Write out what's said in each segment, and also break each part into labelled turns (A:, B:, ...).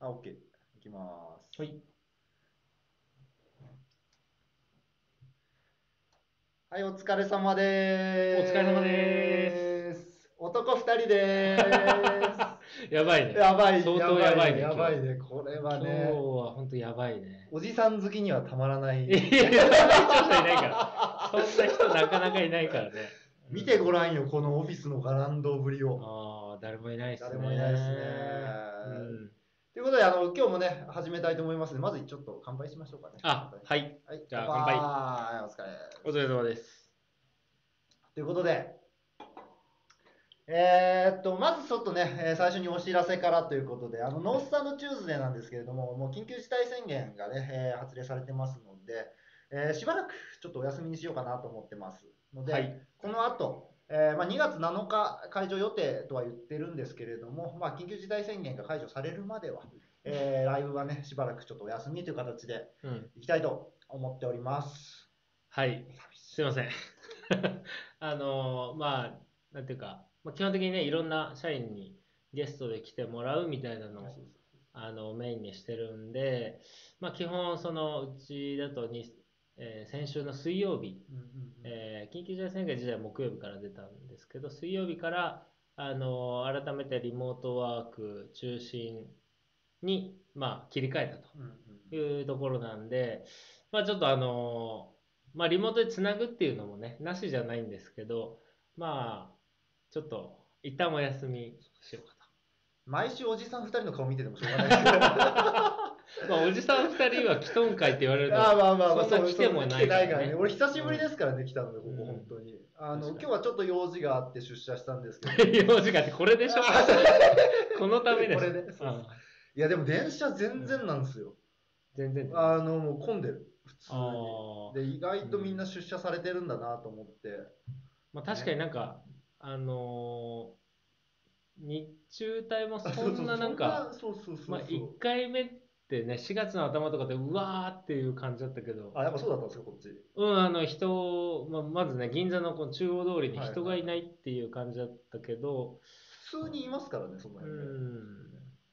A: あ、OK。いきます。
B: はい。
A: はい、お疲れ様でーす。
B: お疲れ様でー
A: す。男二人 でー
B: やばい
A: す。
B: ね。
A: やばい、
B: 相当やばいね
A: やばいね、やばい
B: 今
A: ねこれは
B: 今日
A: ね、
B: は本当やばいね。
A: おじさん好きにはたまらない
B: や、
A: い。
B: そんな人はいないから。そんな人なかなかいないからね。
A: 見てごらんよ、このオフィスのガランドぶりを。
B: ああ、誰もいないっすね。
A: 誰もいないっすね
B: うん
A: ということで、あの、今日もね、始めたいと思いますので、まずちょっと乾杯しましょうかね。
B: あ、はい。
A: はい、
B: じゃあ
A: 乾杯。お疲れ。
B: お疲れ様です。
A: ということで、えーっと、まずちょっとね、えー最初にお知らせからということで、あの、ノースサンドチューズデーなんですけれども、もう緊急事態宣言がね、えー発令されてますので、えーしばらくちょっとお休みにしようかなと思ってますので、
B: はい。
A: この後、えーまあ、2月7日解除予定とは言ってるんですけれども、まあ、緊急事態宣言が解除されるまでは、えーライブはね、しばらくちょっとお休みという形で
B: うん。
A: いきたいと思っております。
B: はい。すいません。 あのーまあ、なんていうか、まあ、基本的にね、いろんな社員にゲストで来てもらうみたいなのをあのメインにしてるんで、まあ、基本そのうちだとに、えー先週の水曜日、
A: うんうんうん
B: えー緊急事態宣言自体は木曜日から出たんですけど水曜日から、あのー改めてリモートワーク中心に、まあ、切り替えた
A: うんうんうん
B: というところなんで、まあ、ちょっとあのーまあ、リモートでつなぐっていうのもねなしじゃないんですけどまあちょっと一旦お休みしようかと。
A: 毎週おじさん2人の顔見ててもしょうがないですけ ど
B: まあ、おじさん2人は既婚会って言われると
A: ああまあまあまあ
B: そんな来てもない
A: そうそう来てないからね
B: うん
A: 俺久しぶりですからね来たのでこ
B: う
A: こ
B: ん
A: 本当にあ
B: 確
A: の
B: かに
A: 今日はちょっと用事があって出社したんです けど
B: 用事があってこれ でしょこのためです
A: これねそう
B: うん
A: いやでも電車全然なんですよ
B: 全然あ
A: あのもう混んでる普通
B: あー
A: にで意外とみんな出社されてるんだなと思って、
B: まあ、確かになんか、あのー日中帯も
A: あ
B: そんななんか
A: そうそうそうそう
B: まあ、1回目ってね4月の頭とかでうわーっていう感じだったけど
A: あやっぱそうだったんですかこっち
B: うんあの人を、まあ、まずね銀座のこの中央通りに
A: はいはい
B: 人がいないっていう感じだったけど、
A: 普通にいますからねその辺ね、
B: うん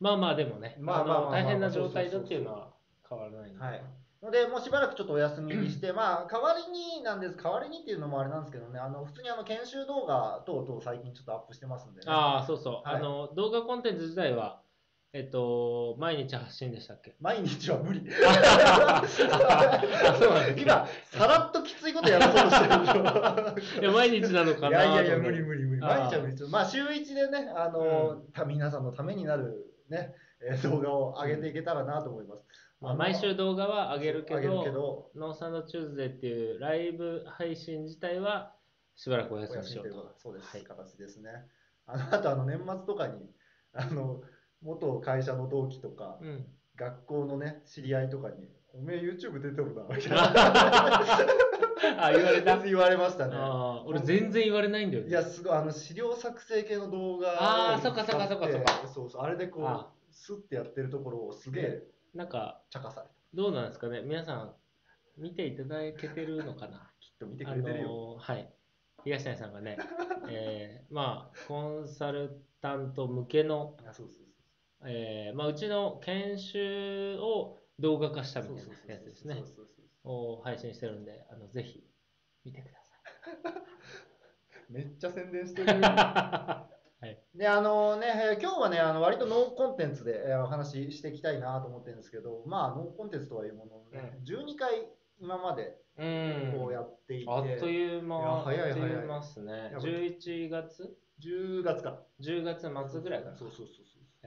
B: まあまあでもね、
A: まあまあまあまあ
B: の大変な状態だっていうのは変わらないんで
A: はい。ので、もうしばらくちょっとお休みにして、 まあ、代わりになんです、代わりにっていうのもあれなんですけどね、あの、普通にあの、研修動画等々最近ちょっとアップしてますんでね。
B: ああ、そうそう。
A: はい
B: あの、動画コンテンツ自体は、えっと、毎日発信でしたっけ
A: 毎日は無理。
B: あ、そうなんです
A: 今、さらっときついことやろうとして
B: い
A: る
B: や、毎日なのか
A: い
B: な
A: やいやい
B: と
A: や、
B: 思っ
A: 無
B: て
A: 理無理無理。
B: あー
A: 毎日は無理です。まあ、週一でね、あの、た皆さんのためになるね、えー動画を上げていけたらなと思います。
B: まあ、毎週動画は上げるけど、
A: 上げるけど、
B: ノーサンドチューズデーっていうライブ配信自体は、しばらくお
A: お
B: 休み
A: 休
B: し
A: み
B: よ
A: と
B: う。
A: いうこととそうです、
B: はい
A: 形ですね。あのあとあの年末とかにあの元会社の同期とか、
B: うん。
A: 学校のね知り合いとかに「おめえ YouTube 出てるな」みたいな
B: あ、言われ た。あ
A: 言われましたね。
B: あー、俺全然言われないんだよね。
A: いやすごいあの資料作成系の動画
B: あー
A: を使って
B: そっかそっかそっか
A: そうそうあれでこ
B: あ
A: うスッてやってるところをすげえ
B: なんか、
A: 茶化された
B: どうなんですかね。皆さん、見ていただけてるのかな
A: きっと見てくれてるよ、
B: あのーはい。東谷さんがね、 えーまあ、コンサルタント向けの、
A: あそうそうそう
B: えーまあ、うちの研修を動画化したみたいなやつですね
A: そう。そうそうそう
B: を配信してるんで、あのぜひ見てくだ
A: めっちゃ宣伝してる
B: さ
A: であのね、えー今日はね、あの割とノーコンテンツで、えーお話ししていきたいなと思ってるんですけど、まあ、ノーコンテンツとはいうもののね、12回今まで
B: い。 うん。
A: こうやっていて、
B: あっとい
A: いや
B: う間、
A: 早い早い
B: あっという間っすね。
A: やばい
B: 11月
A: 10月か
B: ?10 月末ぐらいから
A: そうそうそうそ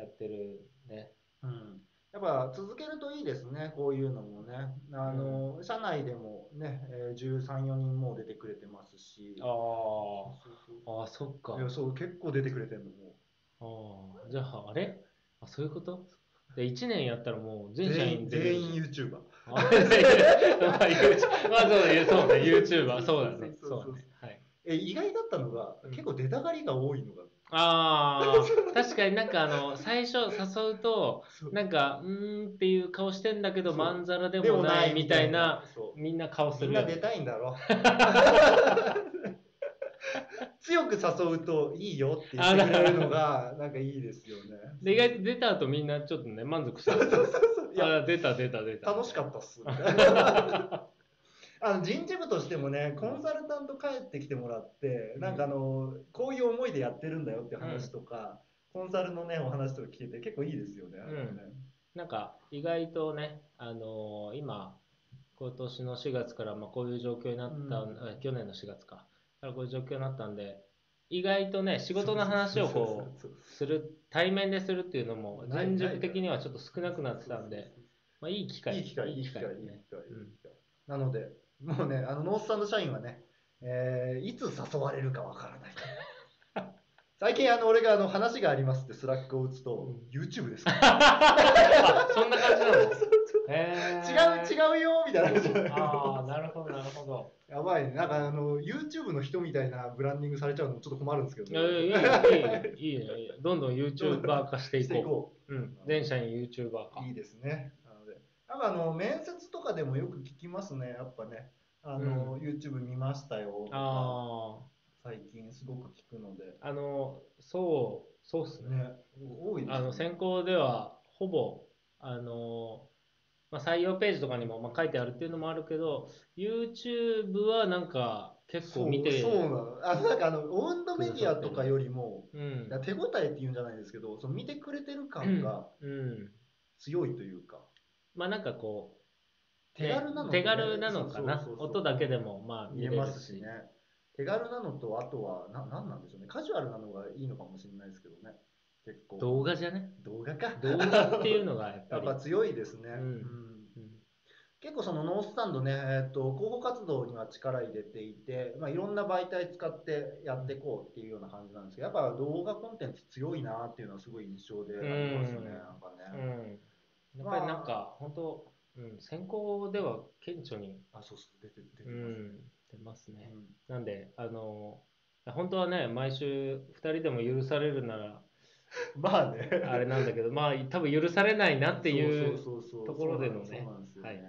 B: やってるね。
A: う、うん。やっぱ続けるといいですね、こういうのもね。あの社内でもね、えー13、4人もう出てくれてますし、
B: ああ
A: そうそう
B: ああ、そっか。
A: いやそう結構出てくれてるの、も
B: ああ、じゃあ、あれあ、そういうことで ?1 年やったらもう
A: う
B: 全社
A: 全
B: 員
A: 員
B: 出てる
A: 全員 YouTuber。
B: あ全員 まあ、YouTube まあ、そうだね、そうだね、YouTuber、そうだね、
A: そうそうそう
B: そうだね。はい。
A: え意外だったのが、
B: うん
A: 結構出たがりが多いのが。
B: ああ、確かになんかあの、最初誘うと、
A: そう
B: なんか、うーんっていう顔してんだけど、
A: そう
B: まんざらでもないみたいな、
A: そう
B: みんな顔す
A: みん
B: る
A: な
B: よ
A: 出
B: ね。
A: たいんだろ。強く誘うといいよって言ってくれるのが、なんかいいですよね。
B: で意外と出た後みんなちょっとね、満足した。
A: いや
B: あ出た出た出た。
A: 楽しかったっ す。あの人事部としてもね、コンサルタント帰ってきてもらって、
B: うん
A: なんかあの、こういう思いでやってるんだよっていう話とか、コンサルのね、お話とか聞けて結構いいですよね。
B: んなんか意外とね、あのー今、今年の4月からまあこういう状況になった、
A: うん
B: あ去年の4月か、からこういう状況になったんで、意外とね、仕事の話をこ
A: そうそう
B: う、する、対面でするっていうのも、
A: ない
B: 全塾的にはちょっと少なくなってたんで、、まあいい機会。
A: いい機会、いい機会、いい機会、
B: です
A: いい
B: ね
A: 機会。なので、もうね、あのノースさんの社員はね、えーいつ誘われるかわからない。 最近、あの俺があの話がありますってスラックを打つと、YouTube ですか
B: あそん な感じなのへー
A: 違う違うよみたいな感じで
B: ああ、なるほど、なるほど。
A: やばいね、なんかあの YouTube の人みたいなブランディングされ ちゃうのちょっと困るんですけど、
B: いやいやいやいいいいねいいねどんどん YouTuber 化してい
A: してい
B: こ
A: こ
B: う。うん、全社員 YouTuber 化
A: う。。いいですね。なので、なんかあの面接とかでもよく聞きますね、やっぱね。あの、YouTube 見ましたよとか、
B: あ
A: 最近すごく聞くので。
B: あ、あの、そう、そうっすね。
A: ね、多いです、ね。
B: あの選考ではほぼあの、まあ、採用ページとかにもまあ書いてあるっていうのもあるけど YouTube はなんか結構見て
A: そうそうなのあなんかあのオウンドメディアとかよりも
B: うん
A: 手応えっていうんじゃないですけどその見てくれてる感が
B: うん、
A: 強いというか、
B: まあなんかこう
A: 手軽なの
B: ね
A: で
B: 手軽なのかな
A: そうそうそうそう
B: 音だけでもまあ
A: 見
B: 見
A: え
B: れる
A: ますしね手軽なのとあとはななんなんでしょうねカジュアルなのがいいのかもしれないですけどね結構
B: 動画じゃね
A: 動画か
B: 動画っていうのがやっ
A: や
B: ぱ
A: っ
B: り
A: ぱ強いですね、
B: うんうん
A: 結構そのノースタンドね、えー、と広報活動には力入れていて、まあ、いろんな媒体使ってやっていこうっていうような感じなんですけどやっぱ動画コンテンツ強いなっていうのはすごい印象でありますね、
B: うん
A: なんか
B: う
A: ね、
B: んやっぱりなんか本当、うん、選考では顕著に、
A: あそうそう出て出て
B: う
A: ますね、
B: ん、出ますね、
A: うん
B: なんで、あの、本当はね、毎週2人でも許されるなら、
A: まあね
B: あれなんだけど、まあ、多分許されないなっていう、
A: そうそうそうそう
B: ところでのね
A: そうなんですよね、
B: はい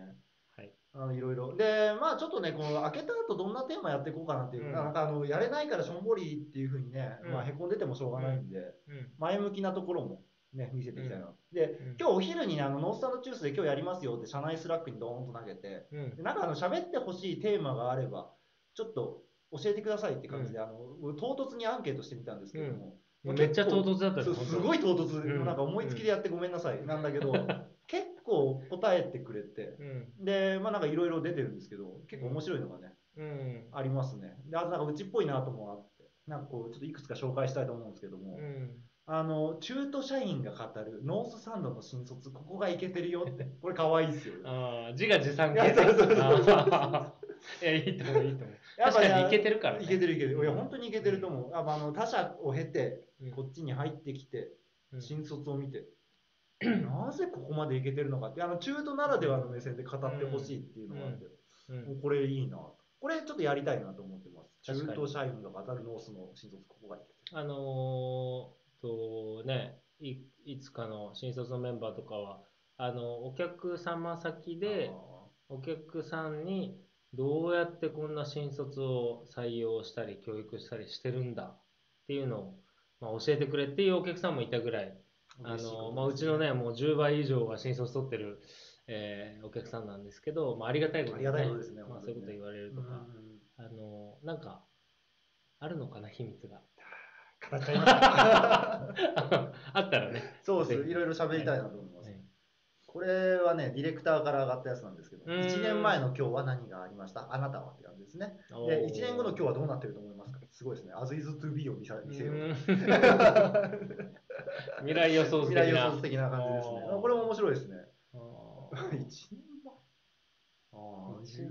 A: あのいろいろでまあちょっとねこの開けた後どんなテーマやっていこうかなっていう、
B: うん
A: なんかあのやれないからしょんぼりっていうふうにね、
B: うん
A: まあ、へこんでてもしょうがないんで、
B: うん
A: 前向きなところも、ね、見せていきたいな、で
B: うん
A: 今日お昼にねあのノースタンドチュースで今日やりますよって社内スラックにドーンと投げて
B: うん
A: でなんかあの喋ってほしいテーマがあればちょっと教えてくださいって感じで、あの唐突にアンケートしてみたんですけども、
B: もうめっちゃ唐突だったね
A: そう
B: 本当
A: すごい唐突、
B: うん
A: なんか思いつきでやってごめんなさい、なんだけど結構答えてくれて
B: うん、
A: でまあなんかいろいろ出てるんですけど結構面白いのがね、
B: うん、
A: ありますねであとなんかうちっぽいなともあってなんかこうちょっといくつか紹介したいと思うんですけども、
B: うん。
A: あの中途社員が語るノースサンドの新卒ここがいけてるよ ってこれ可愛いですよね
B: ああ、自画自賛
A: いやそうそうそう
B: あー いや、いいと思う、いいと思う。
A: やっぱね
B: 確かにいけてるからね
A: いけてるいけてるいや本当にいけてると思うやっぱあの他社を経て
B: うん
A: こっちに入ってきて
B: うん
A: 新卒を見 て、なぜここまでいけてるのかってあの中途ならではの目線で語ってほしいっていうのがあって、
B: うん
A: もうこれいいなとこれちょっとやりたいなと思ってます中
B: 確かに
A: 途社員が語るノースの新卒ここがいけてる
B: あのーとねい、いつかの新卒のメンバーとかは、あの、お客様先で、お客さんにどうやってこんな新卒を採用したり教育したりしてるんだっていうのを、まあ、教えてくれっていうお客さんもいたぐらい
A: あー
B: あ
A: 嬉しいことです
B: の、まあ、うちのねもう10倍以上は新卒取ってる、えーお客さんなんですけど、まあ、ありがたいことに
A: ありがたいことですね
B: まあ、
A: 本当
B: そういう
A: にね
B: こと言われる
A: うん
B: とか、あのなんかあるのかな秘密が
A: 語っちゃいま した
B: あったらね、
A: そうです。いろいろ喋りたいなと思います。
B: はい
A: これはね、ディレクターから上がったやつなんですけど、
B: うーん
A: 1年前の今日は何がありましたあなたはって感じですね。
B: お
A: で、
B: ー
A: 1年後の今日はどうなってると思いますかすごいですね。As is to be を見せ見せよう。
B: うん 未来予想図
A: 未
B: 的
A: 来予想図
B: な
A: 的な感じですね
B: おー。
A: これも面白い ですね。
B: あ
A: 1
B: ー
A: 年前。ああ、
B: 一年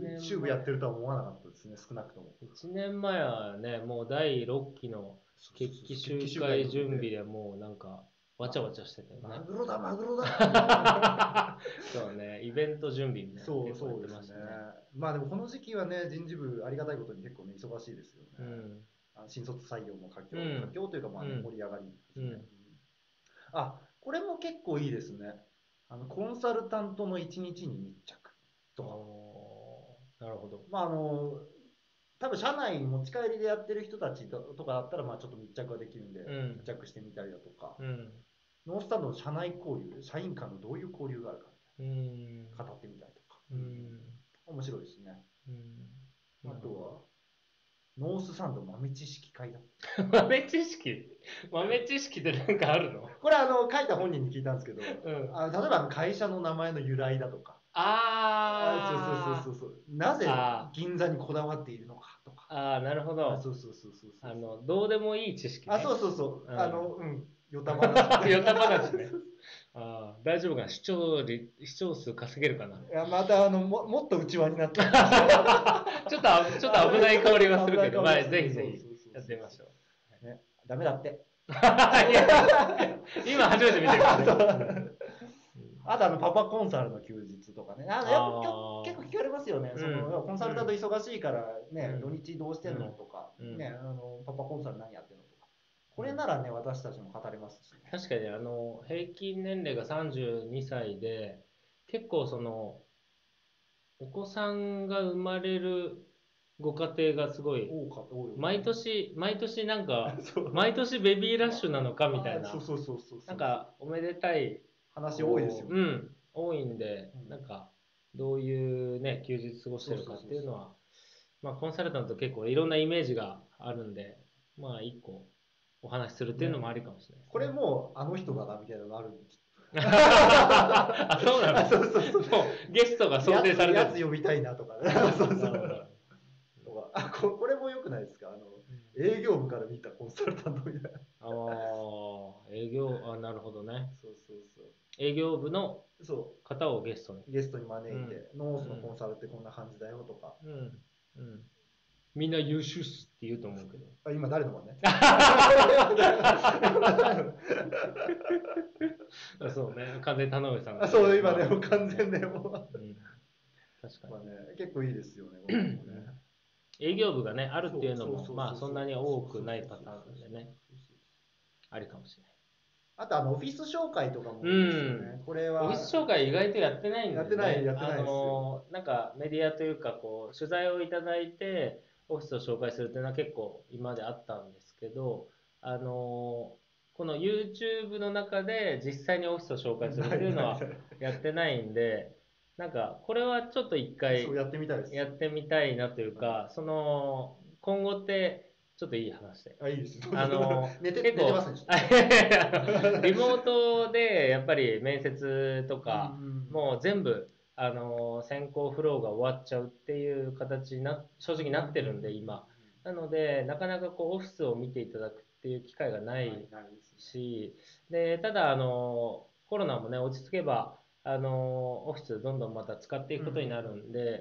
B: 前
A: YouTube やってるとは思わなかったですね、少なくとも。
B: 1年前はね、もう第6期の決起集会準備でもうなんか、わちゃわちゃしてたよ
A: マ
B: ね。
A: グロだ、マグロ だ
B: そうね、イベント準備みたいなの
A: そう
B: 結構や
A: そ
B: っ
A: う
B: て
A: で
B: ますし
A: ね
B: たね。。
A: まあでもこの時期はね、人事部ありがたいことに結構ね、忙しいですよね。
B: うん
A: あ新卒採用も佳境、
B: うん
A: 佳境というか、まあね
B: うん
A: 盛り上がりですね、
B: うん
A: あ、これも結構いいですね。あのコンサルタントの一日に密着とか。
B: おーなるほど。
A: まああの多分社内持ち帰りでやってる人たちととかだったら、まあちょっと密着ができるんで、
B: うん
A: 密着してみたりだとか、
B: うん。
A: ノースタンドの社内交流、社員間のどういう交流があるか、
B: うん。
A: 語ってみたりとか、
B: うん。
A: 面白いですね。
B: うん。
A: あとは、ノースサンド豆知識会だ。
B: 豆知識豆知識ってなんかあるの
A: これ、あの、書いた本人に聞いたんですけど、
B: うん。
A: あの例えばあの会社の名前の由来だとか、
B: あー。
A: そうそうそうそうそう、なぜ
B: あ
A: 銀座にこだわっているのかとか、
B: あー、なるほ
A: あ
B: ど。
A: そうそうそうそうそう
B: あの、どうでもいい知識、ね。
A: あ、そうそうそう、
B: うん
A: あの、うん、よた 話
B: ヨタ話ね。あー大丈夫かな視聴率視聴数稼げるかない
A: やまたあのももっと内輪になってる
B: ちょっとあ ちょっと危ない香りはするけど、
A: 危な
B: ま
A: い
B: あ、
A: 香り
B: ぜひぜひ
A: そうそうそうそう
B: やってみましょう。
A: ダメだって
B: いや今初めて見てるからね。
A: あとあのパパコンサルの休日とかねあのやっぱ
B: あー
A: 結構聞かれますよね、
B: うん
A: そのコンサルタント忙しいからね、
B: うん
A: 土日どうしてんのとか、
B: うん
A: ねあのパパコンサル何やってんのとかこれならね私たちも語れますしね
B: 確かにあの平均年齢が32歳で結構そのお子さんが生まれるご家庭がすごい
A: 多か多いよ
B: 毎年毎年なんか
A: そう
B: 毎年ベビーラッシュなのかみたい
A: あ
B: な
A: そうそうそうそう
B: なんかおめでたい
A: 話多いですよね、
B: うん多いんで
A: うん
B: なんかどういうね休日過ごしてるかっていうのはまあコンサルタント結構いろんなイメージがあるんでまあ一個お話しするっていうのもありかもしれないですね
A: これもうあの人だなみたいなのがあるんです
B: あ、そうな
A: あ
B: の
A: そうそうそう
B: もうゲストが想定され
A: や
B: た
A: つやつ呼びたいなと かねそうそうとかあここれもよくないですかあの営業部から見たコンサルタントみ たいな
B: ああー、営業、あなるほどね。
A: そうそうそ
B: 営業部の
A: うそ
B: 方をゲストに。
A: うゲストに招いて、ノースのコンサルってこんな感じだよとか、
B: うん。うん。みんな優秀っすって言うと思うけど。
A: あ今誰のも ね
B: あそうね。完全に田上さん
A: あ
B: が
A: そう今ねもう完全ねもう、
B: うん確か
A: まあ
B: に。
A: ね、結構いいですよねこれ もね
B: 営業部がね、あるっていうの
A: そうそうそうそ
B: も、
A: う
B: まあそんなに多くないパターンでね、ありかもしれない。
A: あとあのオフィス紹介とかもいいですよね、これは
B: オフィス紹介意外とやってないんだ
A: やっ
B: よね。
A: てないやってないですよ
B: あのーなんかメディアというかこう取材をいただいてオフィスを紹介するっていうのは結構今まであったんですけど、あのーこの YouTube の中で実際にオフィスを紹介するっていうのはやってないんで、なんかこれはちょっと一回
A: そうやってみたいです
B: やってみたいなというか、その今後ってちょっといい話で。
A: あいいですね
B: あの
A: 寝て寝
B: 結
A: て
B: 構
A: ますねちょっと
B: リモートでやっぱり面接とか、
A: うん
B: もう全部、あのー先行フローが終わっちゃうっていう形にな正直なってるんで今なのでなかなかこうオフィスを見ていただくっていう機会がな
A: ない
B: い
A: ないです
B: しでただ、あのーコロナもね落ち着けば、あのーオフィスどんどんまた使っていくことになるんで、やっ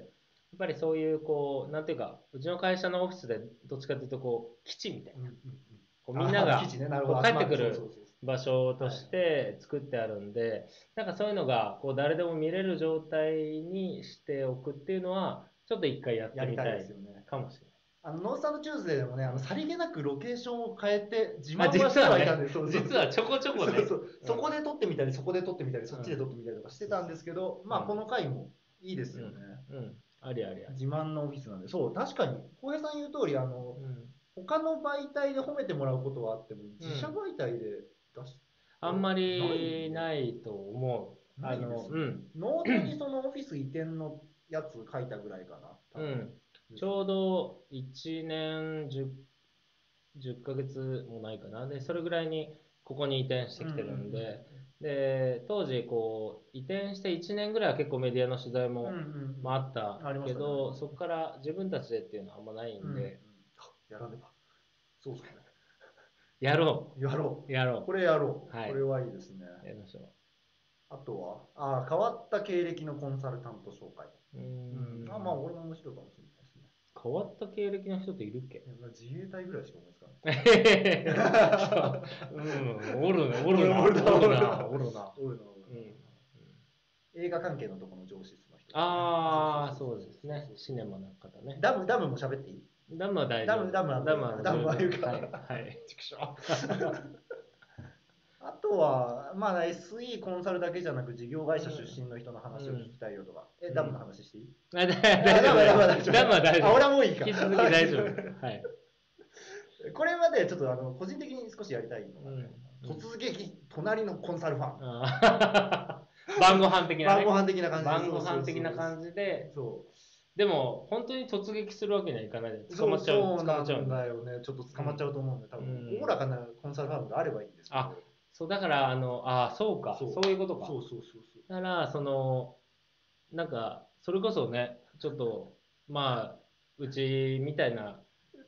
B: ぱりそういうこうなんていうかうちの会社のオフィスでどっちかというとこう基地みたい
A: うん
B: な
A: うんうん
B: こうみんなが
A: あー記事ねなるほど
B: こう帰ってくる
A: そうそうそうそう
B: 場所として作ってあるんで、なんかそういうのがこう誰でも見れる状態にしておくっていうのは、ちょっと一回やって
A: やり
B: み
A: た
B: た
A: いで
B: い
A: すよね。
B: かもしれ
A: あのノースタンドチューズデーでもね、あのさりげなくロケーションを変えて自慢
B: あ実は
A: は
B: ね
A: してはいたんで、そう
B: な
A: そ
B: い。
A: う
B: 実はちょこちょこ
A: そう
B: ね、
A: そう
B: うん
A: そこで撮ってみたり、そこで撮ってみたり、そっちで撮ってみたりとかしてたんですけど、まあ
B: うん
A: この回もいいですよね。
B: うん、ありありあり。
A: 自慢のオフィスなんで、そう、確かに、浩平さん言う通り、あの、
B: うん
A: 他の媒体で褒めてもらうことはあっても、自社
B: うん
A: 媒体で出し、
B: あんま
A: ない
B: りないと思う。
A: な
B: あ
A: いで
B: の
A: す、
B: う
A: ね。
B: ん、
A: ノートにそのオフィス移転のやつ書いたぐらいかな。多
B: う
A: 分
B: ん。ちょうど1年 10, 10ヶ月もないかな。で、それぐらいにここに移転してきてるんで、で当時こう移転して1年ぐらいは結構メディアの取材
A: うん
B: も、
A: うんうん
B: まあ、あった
A: ありまし
B: け
A: たね
B: ど、そこから自分たちでっていうのはあんまない
A: うんん
B: で、
A: うんやらねば。そうですね。
B: やろ
A: やろ
B: うや
A: う。
B: ろ
A: これやろう。
B: はい
A: これはいいですね。
B: うやりましょ
A: あとは、あー変わった経歴のコンサルタント紹介。
B: ううーん
A: あまあ、俺も面白いかもしれないですね。
B: 変わった経歴の人っているっけ
A: いやまあ自衛隊ぐらいしか思いつかない。
B: うんおるなおるな
A: おるな
B: おるなお
A: お
B: るな
A: るなおるな映画関係のところの上司の人、
B: ああそうですねシネマの方ね
A: ダム、ダムも喋っていい
B: ダムは大丈夫
A: ダムダムは
B: ダムは
A: ダムは
B: 十分
A: 言うか
B: はいはい
A: ああとは、まあ、SE コンサルだけじゃなく、事業会社出身の人の話を聞きたいよとか、
B: うん
A: え、ダムの話していい、
B: 大丈夫
A: あダムダム
B: 大丈夫ダムは大丈
A: あ俺
B: 夫
A: はもういいか。
B: 引き続き大丈夫はい
A: これまでちょっとあの個人的に少しやりたいのが、ね
B: うん
A: 突撃、隣のコンサルファン。
B: あー晩ご飯的な
A: 晩
B: ね
A: ご飯的な感じ
B: 晩ご飯的な感
A: じ。
B: じで
A: そう
B: でも本当に突撃するわけにはいかないで
A: そ
B: 捕ま
A: う
B: っちゃう
A: そう
B: 捕
A: な
B: ま
A: ん
B: っちゃう
A: だよね。ちょっと捕まっちゃうと思うんで、多分
B: うん
A: おおらかなコンサルファームがあればいいんですけど。
B: あそうだからあのあーそうか
A: そう
B: そういうことか
A: そうそうそうそう。
B: だからそのなんかそれこそねちょっとまあうちみたいな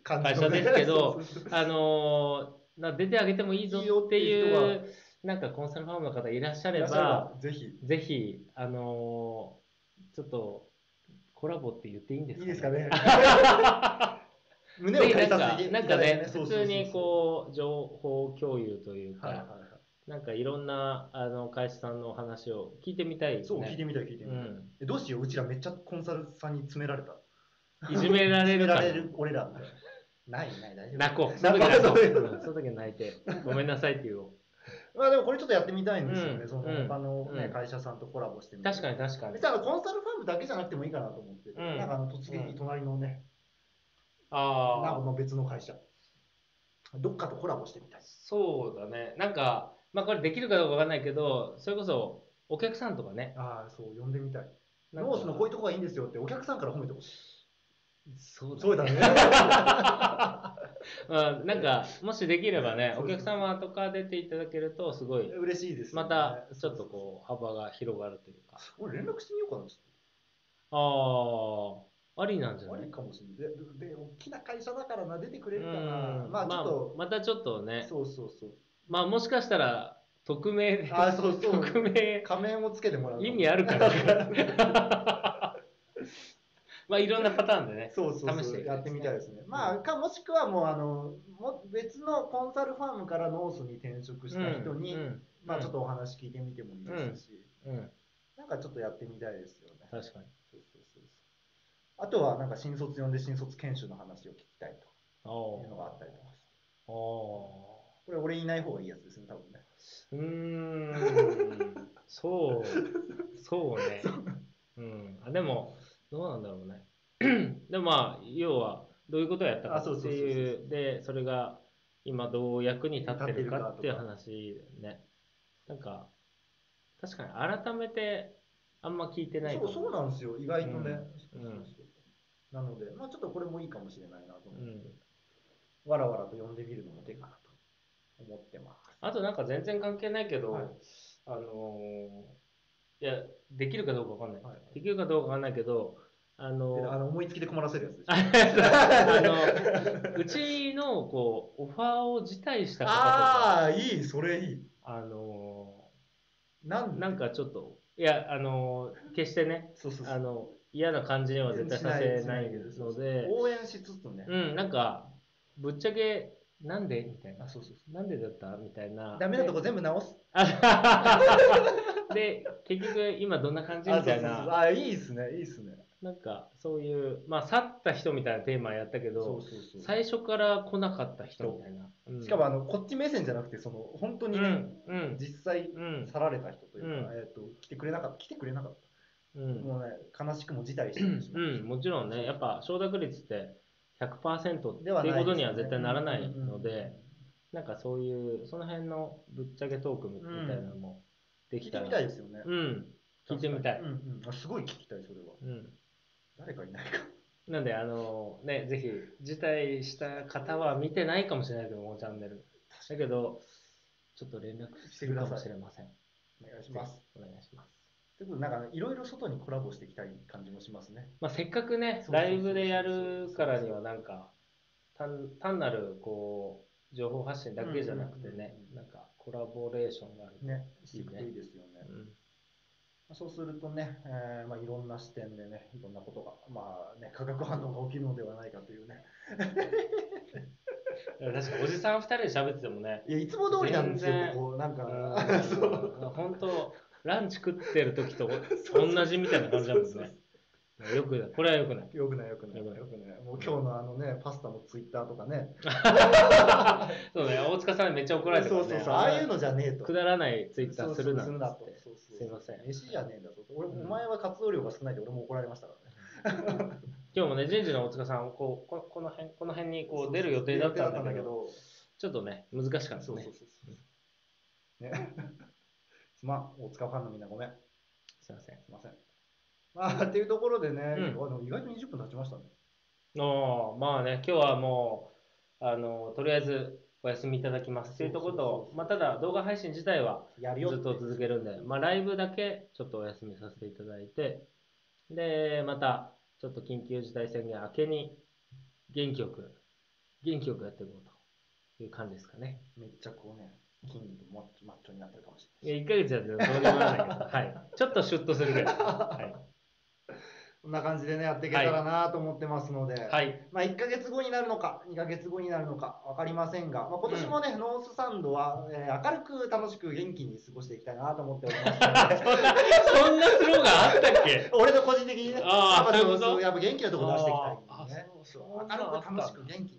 A: 感
B: 会社ですけど、あのーな出てあげてもいいぞって
A: いいよっ
B: いうなんかコンサルファームの方いらっしゃれ ば
A: ぜひ。
B: ぜひあのーちょっとコラボって言っていいんです
A: い
B: か
A: いですか ね。
B: で
A: 胸を借り
B: な
A: させ
B: んか
A: てい
B: なん
A: た
B: か
A: だいて
B: ね
A: そう
B: 普
A: そうそう
B: 通にこう情報共有というか、
A: はいはいは
B: なんかいろんなあの会社さんのお話を聞いてみたいで
A: い。
B: す
A: そう、聞い
B: ね。
A: てみたい、聞いてみたい。えどうしよう、うちらめっちゃコンサルさんに詰められた。
B: うん、いじめら
A: 詰
B: れ
A: め
B: るからら
A: れる俺らみたいな。ないない、大丈夫。
B: 泣こう。その時泣こう。
A: 泣こう
B: うんその時泣いて、ごめんなさいって言おう。
A: まあでもこれちょっとやってみたいんですよね、
B: うん
A: その
B: うん
A: 他の、ね
B: うん
A: 会社さんとコラボしてみて
B: 確かに確かに
A: 別。にあのコンサルファームだけじゃなくてもいいかなと思って、
B: うん
A: なんかあの突
B: う
A: 撃
B: ん
A: 隣のね、なんか
B: ああ、
A: の別の会社、どっかとコラボしてみたい。
B: そうだね。なんか、まあこれできるかどうかわかんないけど、それこそお客さんとかね。
A: ああ、そう、呼んでみたい。
B: なん
A: ノ
B: か
A: ースのこういうとこがいいんですよってお客さんから褒めてほしい。
B: そう
A: そうだね。
B: うんなんか、もしできればね、
A: そう
B: お
A: そう
B: 客様とか出ていただけると、すごい、
A: 嬉しいです、
B: またちょっとこう、幅が広がるというか。
A: う。俺連絡してみようかな。ちょっ
B: ああ、ありなんじゃ
A: と
B: な
A: 悪
B: い
A: いかもしれない。で、で大きな会社だからな、出てくれるかな。
B: うん
A: まあちょっと、
B: まあまたちょっとね、
A: そうそうそう。
B: まあもしかしたら、匿名で、
A: あそうそう
B: 匿名、
A: 仮面をつけてもらう。
B: 意味あるかな まあいろんなパターンでね。
A: そうそうそう
B: 試してみたいですね
A: やってみたいですね。まあ、
B: うん
A: かもしくはもうあのも別のコンサルファームからノースに転職した人に、
B: うん
A: まあ、ちょっとお話聞いてみてもいいですし、
B: うんうん
A: なんかちょっとやってみたいですよね。
B: 確かに。
A: そうそうそうそうあとはなんか新卒呼んで新卒研修の話を聞きたいと
B: お
A: いうのがあったりとかして
B: おお
A: これ俺いない方がいいやつですね、多分ね。
B: うーん、そう、そう ね。うん、あでも、どうなんだろうね。 でもまあ、要は、どういうことをやったか
A: あそう
B: っ
A: そ
B: て
A: うそうそう
B: いう、で、それが今どう役に立ってるかっていう
A: 立
B: 話ね。なんか、確かに改めてあんま聞いてないか
A: そ
B: も
A: うそうなんですよ、意外とね。
B: うん
A: そうそうそうなので、まあ、ちょっとこれもいいかもしれないなと思
B: う
A: って、
B: ん
A: わらわらと呼んでみるのも手かなと思ってます。
B: あとなんか全然関係ないけど、
A: はい
B: あのーいや、できるかどうかわかんない。
A: はい
B: できるかどうかわかんないけど、あの
A: で
B: ー
A: あの思いつきで困らせるやつでしょ
B: あのうちのこうオファーを辞退した方とか、
A: ああ、いい、それいい。
B: あの
A: なん
B: なんかちょっと、いや、あの決してね、
A: そうそうそう
B: あの嫌な感じには絶対させない
A: しない
B: の
A: し
B: で、
A: 応援しつつね。
B: うん、なんか、ぶっちゃけ、なんでみたいな
A: あ、。そうそうそ
B: なんでだったみたいな。
A: う。ダメなとこ全部直す。
B: あ で、結局、今どんな感じみたい
A: そうそうそう
B: な、
A: あ、いいですね、いいですね。
B: なんか、そういう、まあ、去った人みたいなテーマやったけ
A: そ
B: ど
A: う、そうそう。
B: 最初から来なかった人みたいな。うん
A: しかもあの、こっち目線じゃなくて、その本当にね、
B: うん、
A: 実際、
B: うん、
A: 去られた人というか、
B: うん
A: えっ、と、来てくれなかった、来てくれなかっ
B: うん
A: た。、もうね、悲しくも辞退してしまいました
B: うん、もちろんね、やっぱ承諾率って100%って
A: で
B: いう
A: はないですね
B: ことには絶対ならないの
A: うんうんうん
B: で、なんかそういう、その辺のぶっちゃけトークみたいなのもで
A: 聞
B: き
A: いて
B: た
A: みた
B: ら、
A: いですよね。
B: うん、聞いてみたい
A: うん。うんあ。すごい聞きたい、それは。
B: うん。
A: 誰かいないか。
B: なんで、あのね、ぜひ、辞退した方は見てないかもしれないけど、このチャンネル。だけど、ちょっと連絡
A: し
B: す
A: てく
B: る
A: だ
B: か
A: さ
B: も
A: い。
B: しれません。
A: お願いします。
B: お願いします。
A: ということで、なんか、いろいろ外にコラボしていきたい感じもしますね。
B: まあ、せっかく
A: そうそうそ
B: ね、
A: うそう
B: ライブでやるからには、なんか、単単なるこう情報発信だけじゃなく
A: う
B: てね
A: んうんうんう、ん
B: なんかコラボレーションがあると。
A: ね、していくといいですよね。まあそうするとね、えーまあ、いろんな視点でね、いろんなことが、まあね、化学反応が起きるのではないかというね。
B: うん確かにおじさん2人で喋っててもね、
A: いや、いつも通りなんですよ
B: 全然、
A: ここ、なんか、 そう。
B: 本当、ランチ食ってる時と同じみたいな感じだもん
A: そうそう
B: ね
A: そ。
B: よくない。これはよくない。
A: よくないよくない
B: や
A: よ
B: ばい
A: くない。もう今日のあのね、パスタのツイッターとかね。
B: そうね、大塚さんめっちゃ怒られてた
A: そ
B: か
A: う
B: ら
A: そ
B: ね
A: うそう。ああいうのじゃねえと。
B: くだらないツイッターするなっ
A: そうそうする
B: つ
A: な
B: っ
A: と
B: て。。
A: そうそう
B: すいません
A: 飯じゃねえんだと。俺
B: うん
A: お前は活動量が少ないで俺も怒られましたからね。
B: 今日もね、人事の大塚さん、こうここの辺この辺にこう出る予定だったんだけど、
A: ど。
B: ちょっとね、難しかったね。
A: そうそうそうそう。ね。 すまん、大塚ファンのみんなごめん。す
B: すいません。
A: いません。まあ、っていうところでね、
B: ん
A: あの意外と20分経ちましたね。
B: おーまあね、今日はもう、あのとりあえずお休みいただきますっていうとこ
A: そ
B: ろ
A: うそうそう
B: と
A: そ、う
B: まあ、ただ動画配信自体は
A: やるよ
B: ずっと
A: て
B: 続けるんで、まあ、ライブだけちょっとお休みさせていただいて、で、またちょっと緊急事態宣言明けに元気よく、元気よくやっていこうという感じですかね。
A: めっちゃこうね、筋肉マッチョマッチョになってるかもし
B: いや、1ヶ月やってるらどうにもならな いけど、はい。ちょっとシュッとするぐらい。は
A: こんな感じでね、やっていけたらなと思ってますので、
B: い。はい。
A: まあ、1か月後になるのか、2か月後になるのか分かりませんが、まあ、今年もね、ノースサンドは、えー明るく楽しく元気に過ごしていきたいなと思っておりますの で
B: そんなスローがあったっけ
A: 俺の個人的にね、
B: あー
A: やっぱ
B: そういうこと
A: そうやっぱ元気なところ出していき
B: あ
A: たい、
B: ー
A: ね
B: あ
A: そう
B: そうそう
A: 明るく楽しく元気にみ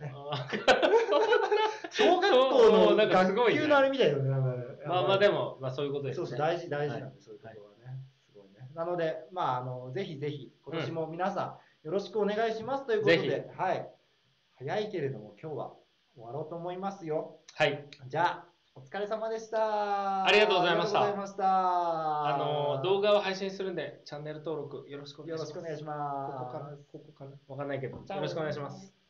A: たいなね。
B: あー
A: 小学校
B: そう
A: の
B: なんかすご
A: 学
B: いね
A: 級のあれみたいだよね。なんか
B: まあまあでも、まあそういうことです
A: そ
B: ね。
A: うそう、大事、大事なんで、そういうところはね。すごいね。なので、まあ、あの、ぜひぜひ、今年も皆さん、よろしくお願いしますということ
B: ぜ
A: で、はい。早いけれども、今日は終わろうと思いますよ。
B: はい。
A: じゃあ、お疲れ様でした。
B: ありがとうございました
A: ありがとうございました。
B: あ
A: あ
B: の、動画を配信するんで、チャンネル登録よろしくお願
A: よ
B: いし
A: ろしく
B: ます。
A: お願いし
B: ここか
A: ま
B: な
A: す。
B: ここかなわかんないけど、よろしくお願いします。